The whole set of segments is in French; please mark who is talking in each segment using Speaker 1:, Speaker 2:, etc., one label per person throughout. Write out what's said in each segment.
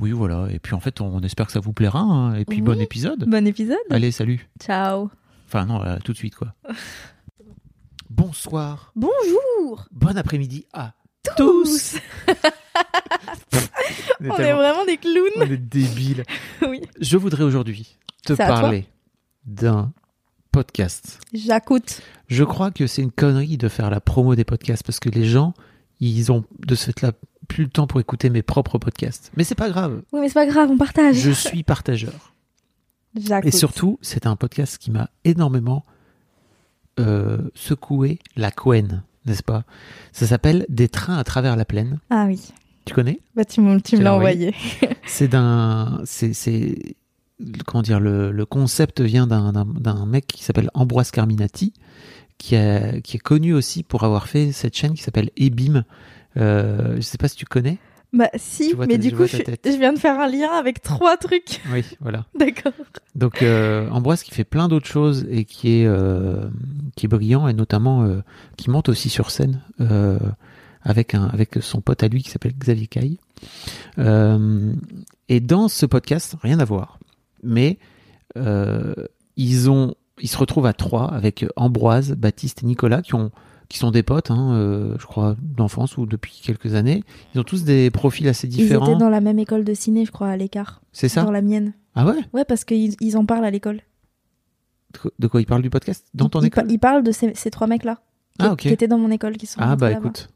Speaker 1: Oui, voilà. Et puis en fait, on espère que ça vous plaira. hein. Et puis
Speaker 2: Oui. Bah
Speaker 1: bon épisode.
Speaker 2: Bon épisode.
Speaker 1: Allez, salut.
Speaker 2: Ciao.
Speaker 1: Enfin non, euh, tout de suite quoi. Bonsoir.
Speaker 2: Bonjour.
Speaker 1: Bon après-midi Ah, à
Speaker 2: Tous.
Speaker 1: On est
Speaker 2: On est
Speaker 1: tellement-
Speaker 2: vraiment des clowns.
Speaker 1: on est débiles.
Speaker 2: Oui.
Speaker 1: Je voudrais aujourd'hui te
Speaker 2: C'est à toi.
Speaker 1: parler d'un podcast.
Speaker 2: J'écoute.
Speaker 1: Je crois que c'est une connerie de faire la promo des podcasts parce que les gens, ils ont de ce fait-là plus le temps pour écouter mes propres podcasts. Mais c'est pas grave,
Speaker 2: Oui, mais c'est pas grave, on partage.
Speaker 1: je suis partageur.
Speaker 2: J'écoute.
Speaker 1: Et surtout, c'est un podcast qui m'a énormément euh, secoué la couenne, n'est-ce pas Ça s'appelle Des trains à travers la plaine.
Speaker 2: Ah oui.
Speaker 1: Tu connais
Speaker 2: Bah, tu me tu
Speaker 1: Tu
Speaker 2: me l'as
Speaker 1: l'as
Speaker 2: envoyé.
Speaker 1: C'est d'un. C'est. c'est- Comment dire le, le concept vient d'un- d'un d'un mec qui s'appelle Ambroise Carminati, qui, a- qui est connu aussi pour avoir fait cette chaîne qui s'appelle Ebim. Euh, je sais pas si tu connais.
Speaker 2: Bah, si,
Speaker 1: Tu vois
Speaker 2: mais
Speaker 1: ta-
Speaker 2: du
Speaker 1: je
Speaker 2: coup,
Speaker 1: vois
Speaker 2: je,
Speaker 1: ta tête.
Speaker 2: je viens de faire un lien avec trois trucs.
Speaker 1: Oui, voilà.
Speaker 2: D'accord.
Speaker 1: Donc euh, Ambroise qui fait plein d'autres choses et qui est, euh, qui est brillant et notamment euh, qui monte aussi sur scène euh, avec, un, avec son pote à lui qui s'appelle Xavier Caille. Euh, et dans ce podcast, rien à voir, mais euh, ils, ont, ils se retrouvent à trois avec Ambroise, Baptiste et Nicolas qui, ont, qui sont des potes, hein, euh, je crois, d'enfance ou depuis quelques années. Ils ont tous des profils assez
Speaker 2: Ils
Speaker 1: différents.
Speaker 2: étaient dans la même école de ciné, je crois, à l'écart.
Speaker 1: C'est ça
Speaker 2: Dans la mienne.
Speaker 1: Ah ouais
Speaker 2: Ouais, parce qu'ils ils en parlent à l'école.
Speaker 1: De quoi- De quoi ils parlent du podcast Dans ton
Speaker 2: Ils- ils
Speaker 1: école
Speaker 2: par- Ils parlent de ces, ces trois mecs-là. qui-
Speaker 1: Ah ok.
Speaker 2: qui étaient dans mon école, qui sont
Speaker 1: Ah
Speaker 2: rentrés
Speaker 1: bah
Speaker 2: là-bas.
Speaker 1: écoute,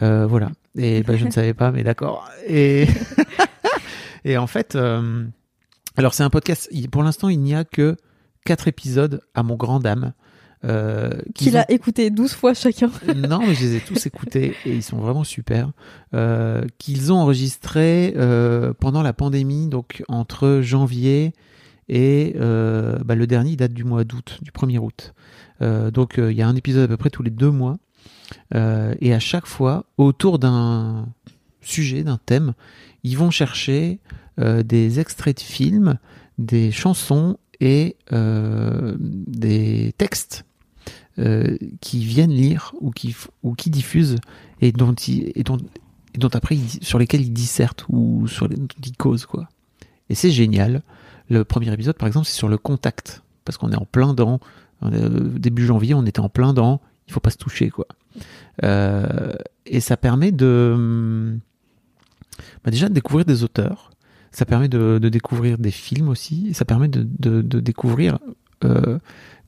Speaker 1: Euh, voilà. Et bah, je ne savais pas, mais d'accord. Et et en fait, euh, alors c'est un podcast. il- Pour l'instant, il n'y a que quatre épisodes à mon grand dame. Euh,
Speaker 2: Qu'il
Speaker 1: qu'ils ont-
Speaker 2: a écouté 12 fois chacun.
Speaker 1: non, mais je les ai tous écoutés et ils sont vraiment super. Euh, qu'ils ont enregistré euh, pendant la pandémie, donc entre janvier et euh, bah, le dernier il date du mois d'août, du 1er août. Euh, donc euh, il y a un épisode à peu près tous les deux mois. Euh, et à chaque fois, autour d'un sujet, d'un thème, ils vont chercher euh, des extraits de films, des chansons et euh, des textes euh, qui viennent lire ou qui, f- ou qui diffusent et dont, ils- et dont, et dont après ils di- sur lesquels ils dissertent ou sur les, dont ils causent quoi. Et c'est génial. Le premier épisode par exemple c'est sur le contact parce qu'on est en plein dans euh, début janvier on était en plein dans il faut pas se toucher quoi. Euh, et ça permet de hum, bah, déjà de découvrir des auteurs. Ça permet de, de découvrir des films aussi. Ça permet de, de- de découvrir euh,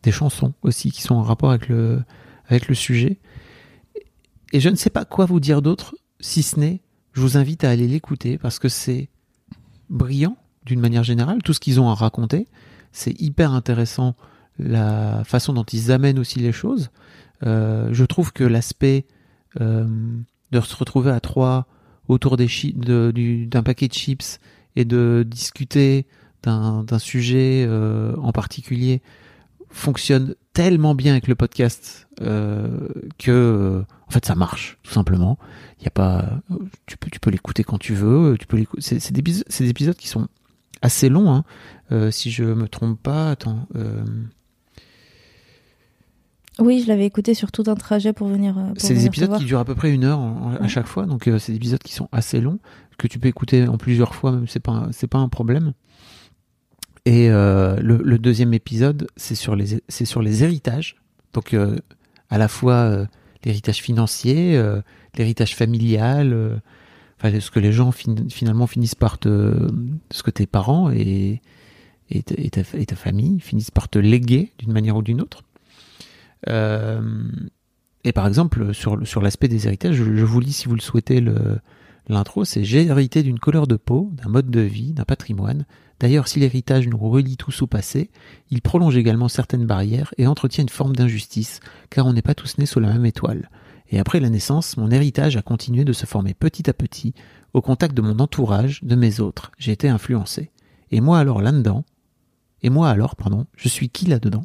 Speaker 1: des chansons aussi qui sont en rapport avec le, avec le sujet. Et je ne sais pas quoi vous dire d'autre, si ce n'est, je vous invite à aller l'écouter parce que c'est brillant d'une manière générale, tout ce qu'ils ont à raconter. C'est hyper intéressant la façon dont ils amènent aussi les choses. Euh, je trouve que l'aspect euh, de se retrouver à trois autour des chi- de- du- d'un paquet de chips et de discuter d'un d'un sujet euh, en particulier fonctionne tellement bien avec le podcast euh, que euh, en fait ça marche tout simplement. Il y a pas, tu peux tu peux l'écouter quand tu veux. Tu peux l'écou- c'est c'est des épisodes, c'est des épisodes qui sont assez longs. Hein. Euh, si je me trompe pas, attends. euh,
Speaker 2: Oui, je l'avais écouté sur tout un trajet pour venir. euh, pour
Speaker 1: c'est des
Speaker 2: venir te
Speaker 1: épisodes
Speaker 2: voir.
Speaker 1: qui durent à peu près une heure en- en- à
Speaker 2: Ouais.
Speaker 1: chaque fois, donc euh, c'est des épisodes qui sont assez longs que tu peux écouter en plusieurs fois, même c'est pas un- c'est pas un problème. Et euh, le, le deuxième épisode, c'est sur les c'est sur les héritages, donc euh, à la fois euh, l'héritage financier, euh, l'héritage familial, euh, enfin, ce que les gens fin- finalement finissent par te, ce que tes parents et, et, ta, et ta- et ta famille finissent par te léguer d'une manière ou d'une autre. Euh, et par exemple, sur, le- sur l'aspect des héritages, je, je vous lis si vous le souhaitez le, l'intro, c'est J'ai hérité d'une couleur de peau, d'un mode de vie, d'un patrimoine. D'ailleurs, si l'héritage nous relie tous au passé, il prolonge également certaines barrières et entretient une forme d'injustice, car on n'est pas tous nés sous la même étoile. Et après la naissance, mon héritage a continué de se former petit à petit, au contact de mon entourage, de mes autres. J'ai été influencé. Et moi alors là-dedans Et moi alors, pardon, je suis qui là-dedans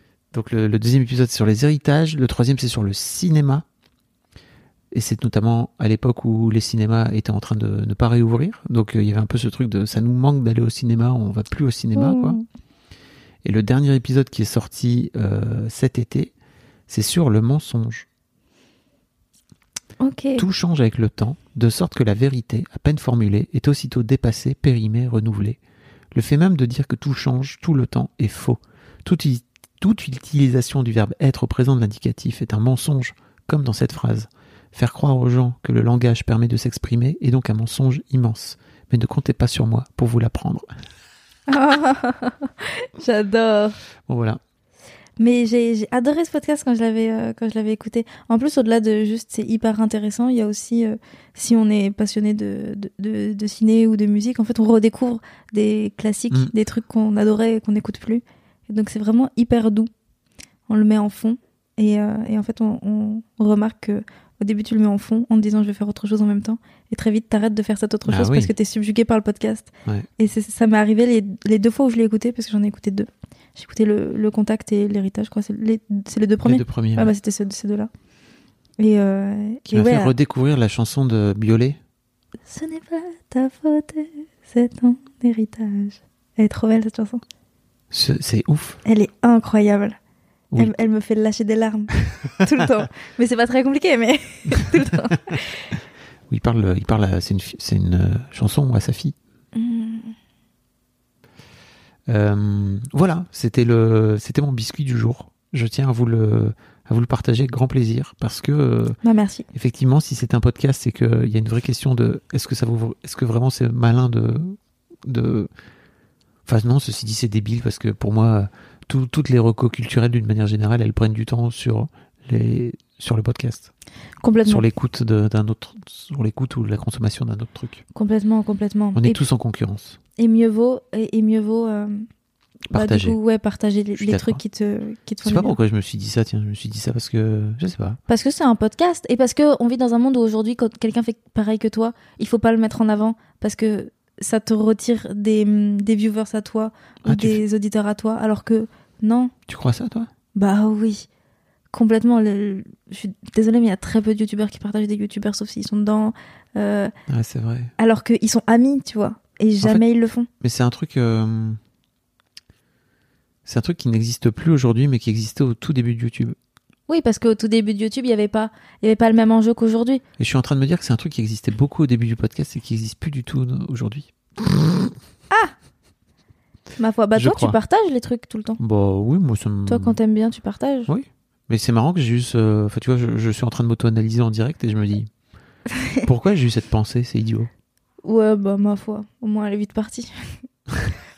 Speaker 1: donc le, le deuxième épisode c'est sur les héritages, le troisième c'est sur le cinéma. Et c'est notamment à l'époque où les cinémas étaient en train de ne pas réouvrir. Donc euh, il y avait un peu ce truc de ça nous manque d'aller au cinéma, on va plus au cinéma quoi.
Speaker 2: Mmh.
Speaker 1: Et le dernier épisode qui est sorti euh, cet été, c'est sur le mensonge.
Speaker 2: Oh, Ok.
Speaker 1: Tout change avec le temps, de sorte que la vérité, à peine formulée, est aussitôt dépassée, périmée, renouvelée. Le fait même de dire que tout change tout le temps est faux. Toute, i- toute utilisation du verbe être au présent de l'indicatif est un mensonge, comme dans cette phrase. Faire croire aux gens que le langage permet de s'exprimer est donc un mensonge immense. Mais ne comptez pas sur moi pour vous l'apprendre.
Speaker 2: J'adore.
Speaker 1: Bon voilà.
Speaker 2: Mais j'ai j'ai adoré ce podcast quand je l'avais euh, quand je l'avais écouté. En plus, au-delà de juste, c'est hyper intéressant. Il y a aussi, euh, si on est passionné de, de, de, de ciné ou de musique, en fait, on redécouvre des classiques,
Speaker 1: Mm.
Speaker 2: des trucs qu'on adorait et qu'on n'écoute plus. Et donc, c'est vraiment hyper doux. On le met en fond et, euh, et en fait, on, on remarque que au début, tu le mets en fond en te disant je vais faire autre chose en même temps. Et très vite, t'arrêtes de faire cette autre
Speaker 1: Ah
Speaker 2: chose
Speaker 1: oui.
Speaker 2: parce que t'es subjugué par le podcast.
Speaker 1: Ouais.
Speaker 2: Et c'est- ça m'est arrivé les, les deux fois où je l'ai écouté, parce que j'en ai écouté deux. J'ai écouté le, le Contact et l'Héritage, je crois. C'est les, c'est les deux premiers.
Speaker 1: Les deux premiers.
Speaker 2: Ah bah c'était ce- ces deux-là. Et, euh,
Speaker 1: qui
Speaker 2: et
Speaker 1: m'a
Speaker 2: ouais, ah,
Speaker 1: fait redécouvrir la chanson de Biolay.
Speaker 2: ce n'est pas ta faute, c'est ton héritage. Elle est trop belle cette chanson.
Speaker 1: Ce- C'est ouf.
Speaker 2: Elle est incroyable.
Speaker 1: Oui.
Speaker 2: Elle, elle me fait lâcher des larmes tout le temps. Mais c'est pas très compliqué, mais tout le temps.
Speaker 1: Il parle, il parle. à- C'est une, fi- c'est une euh, chanson à sa fille. Euh, voilà, c'était le, c'était mon biscuit du jour. Je tiens à vous le, à vous le partager avec grand plaisir parce que euh,
Speaker 2: Non, Bah, merci.
Speaker 1: effectivement, si c'est un podcast, c'est qu'il y a une vraie question de, est-ce que ça vous, est-ce que vraiment c'est malin de, de, enfin non, ceci dit c'est débile parce que pour moi, tout- toutes les recos culturelles d'une manière générale, elles prennent du temps sur les, sur le podcast,
Speaker 2: Complètement.
Speaker 1: sur l'écoute de- d'un autre, sur l'écoute ou la consommation d'un autre truc.
Speaker 2: Complètement, complètement.
Speaker 1: On
Speaker 2: et,
Speaker 1: est tous en concurrence.
Speaker 2: et mieux vaut. Et, et mieux vaut euh, bah, du
Speaker 1: Partager.
Speaker 2: coup, ouais, partager les,
Speaker 1: Je suis
Speaker 2: les
Speaker 1: d'accord.
Speaker 2: trucs qui te, qui te
Speaker 1: Je
Speaker 2: font
Speaker 1: sais
Speaker 2: du
Speaker 1: pas
Speaker 2: bien.
Speaker 1: pourquoi je me suis dit ça, tiens, je me suis dit ça parce que je sais pas.
Speaker 2: Parce que c'est un podcast et parce que on vit dans un monde où aujourd'hui, quand quelqu'un fait pareil que toi, il faut pas le mettre en avant parce que ça te retire des, des viewers à toi ou
Speaker 1: Ah, tu
Speaker 2: des auditeurs à toi, alors que non,
Speaker 1: Tu crois ça, toi
Speaker 2: bah oui, complètement. le- le- je suis désolée, mais il y a très peu de youtubeurs qui partagent des youtubeurs sauf s'ils sont dedans, euh,
Speaker 1: Ouais, c'est vrai.
Speaker 2: alors qu'ils sont amis, tu vois, et jamais ils le font.
Speaker 1: Mais c'est un truc. euh, C'est un truc qui n'existe plus aujourd'hui, mais qui existait au tout début de YouTube.
Speaker 2: Oui, parce qu'au tout début de YouTube, il y avait pas, il y avait pas le même enjeu qu'aujourd'hui.
Speaker 1: Et je suis en train de me dire que c'est un truc qui existait beaucoup au début du podcast et qui n'existe plus du tout euh, aujourd'hui.
Speaker 2: Ma foi, bah
Speaker 1: Je
Speaker 2: toi,
Speaker 1: crois.
Speaker 2: tu partages les trucs tout le temps.
Speaker 1: Bah oui, moi ça me.
Speaker 2: Toi, quand t'aimes bien, tu partages.
Speaker 1: Oui. Mais c'est marrant que j'ai eu ce. Enfin, tu vois, je, je suis en train de m'auto-analyser en direct et je me dis. Pourquoi j'ai eu cette pensée C'est idiot.
Speaker 2: Ouais, bah ma foi, au moins elle est vite partie.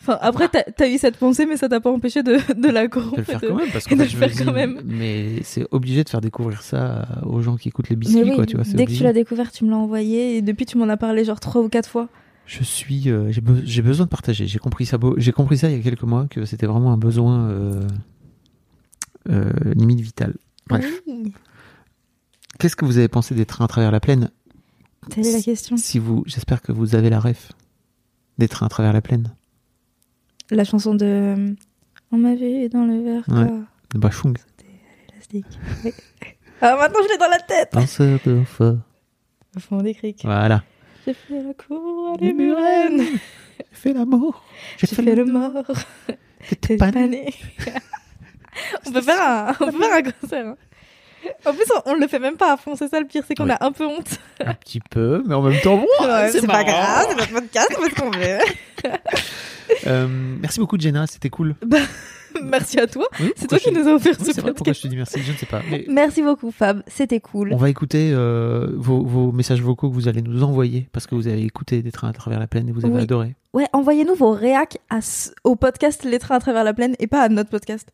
Speaker 2: Enfin, après, t'as as eu cette pensée, mais ça t'a pas empêché de, de la corrompre.
Speaker 1: de le faire
Speaker 2: et de-
Speaker 1: quand même parce
Speaker 2: euh, et
Speaker 1: que
Speaker 2: de
Speaker 1: je
Speaker 2: le
Speaker 1: me
Speaker 2: faire
Speaker 1: dis,
Speaker 2: quand même.
Speaker 1: mais c'est obligé de faire découvrir ça aux gens qui écoutent les biscuits
Speaker 2: Mais oui,
Speaker 1: quoi tu vois c'est
Speaker 2: dès que tu
Speaker 1: obligé.
Speaker 2: l'as découvert, tu me l'as envoyé et depuis tu m'en as parlé genre trois ou quatre fois.
Speaker 1: je suis euh, j'ai be- j'ai besoin de partager j'ai compris ça beau- j'ai compris ça il y a quelques mois que c'était vraiment un besoin euh, euh, limite vital bref
Speaker 2: Ah Oui.
Speaker 1: qu'est-ce que vous avez pensé des trains à travers la plaine
Speaker 2: Telle est la question.
Speaker 1: si vous j'espère que vous avez la ref des trains à travers la plaine
Speaker 2: La chanson de euh, On m'a vu dans le verre.
Speaker 1: Ouais.
Speaker 2: quoi,
Speaker 1: de Bachung
Speaker 2: plastique. Ouais. ah, maintenant je l'ai dans la tête.
Speaker 1: danseur de feu
Speaker 2: Au fond des criques.
Speaker 1: voilà
Speaker 2: J'ai fait la cour à les murennes.
Speaker 1: j'ai fait l'amour j'ai
Speaker 2: J'ai fait le mort.
Speaker 1: t'étais
Speaker 2: T'es
Speaker 1: pas
Speaker 2: pas
Speaker 1: né.
Speaker 2: né. on peut faire un, on peut faire un concert. hein. En plus, on, on le fait même pas à fond, c'est ça le pire, c'est qu'on
Speaker 1: Ouais.
Speaker 2: a un peu honte.
Speaker 1: un petit peu mais en même temps bon
Speaker 2: Ouais,
Speaker 1: c'est
Speaker 2: c'est
Speaker 1: marrant.
Speaker 2: pas grave, c'est notre podcast, on fait ce qu'on veut.
Speaker 1: Euh, merci beaucoup Jenna c'était cool
Speaker 2: Merci à toi.
Speaker 1: Oui, pourquoi
Speaker 2: C'est toi qui
Speaker 1: je-
Speaker 2: nous as offert
Speaker 1: Oui,
Speaker 2: ce
Speaker 1: c'est vrai, pourquoi
Speaker 2: podcast.
Speaker 1: je te dis merci Je ne sais pas. Mais
Speaker 2: Merci beaucoup Fab, c'était cool.
Speaker 1: on va écouter euh, vos, vos messages vocaux que vous allez nous envoyer parce que vous avez écouté des trains à travers la plaine et vous avez
Speaker 2: Oui.
Speaker 1: adoré.
Speaker 2: Ouais, envoyez-nous vos réacs à ce- au podcast Les trains à travers la plaine et pas à notre podcast.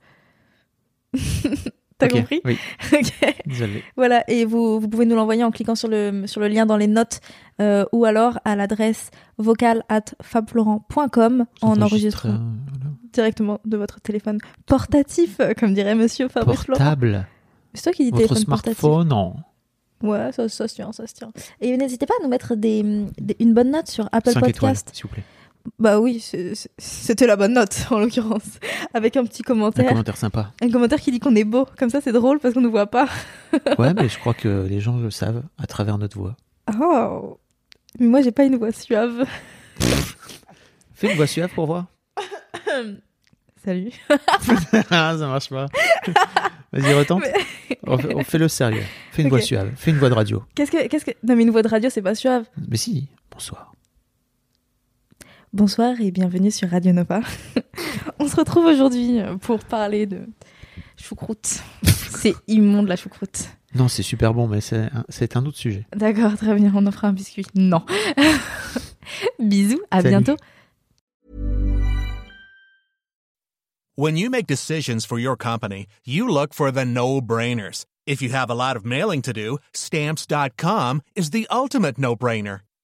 Speaker 2: T'as
Speaker 1: Ok,
Speaker 2: compris
Speaker 1: Oui,
Speaker 2: Ok.
Speaker 1: désolé.
Speaker 2: Voilà, et vous, vous pouvez nous l'envoyer en cliquant sur le, sur le lien dans les notes euh, ou alors à l'adresse vocale at fabflorent.com en enregistrant Ah, directement de votre téléphone portatif, euh, comme dirait monsieur Fabrice Florent.
Speaker 1: portable,
Speaker 2: C'est toi qui dis
Speaker 1: votre
Speaker 2: téléphone portatif.
Speaker 1: smartphone, non.
Speaker 2: Ouais, ça, ça se tient, ça se tient. Et n'hésitez pas à nous mettre des, des- une bonne note sur Apple
Speaker 1: 5 étoiles,
Speaker 2: Podcast.
Speaker 1: s'il vous plaît.
Speaker 2: Bah oui, c'est- c'est- c'était la bonne note en l'occurrence, avec un petit
Speaker 1: Un
Speaker 2: commentaire,
Speaker 1: commentaire sympa.
Speaker 2: un commentaire qui dit qu'on est beau. Comme ça, c'est drôle parce qu'on nous voit pas.
Speaker 1: Ouais, mais je crois que les gens le savent à travers notre voix.
Speaker 2: Oh, mais moi j'ai pas une voix suave.
Speaker 1: Fais une voix suave pour voir.
Speaker 2: Salut.
Speaker 1: Ah, ça marche pas. Vas-y, retente. On fait, on fait le sérieux. Fais une voix
Speaker 2: Ok.
Speaker 1: suave. Fais une voix de radio.
Speaker 2: Qu'est-ce que, qu'est-ce que Non mais une voix de radio, c'est pas suave.
Speaker 1: Mais si, bonsoir.
Speaker 2: Bonsoir et bienvenue sur Radio Nova. On se retrouve aujourd'hui euh, pour parler de choucroute. c'est immonde la choucroute.
Speaker 1: Non, c'est super bon, mais c'est un- c'est un autre sujet.
Speaker 2: D'accord, très bien, on en fera un biscuit. Non. Bisous, à
Speaker 1: Salut.
Speaker 2: bientôt.
Speaker 3: When you make decisions for your company, you look for the no brainers. If you have a lot of mailing to do, stamps.com is the ultimate no brainer.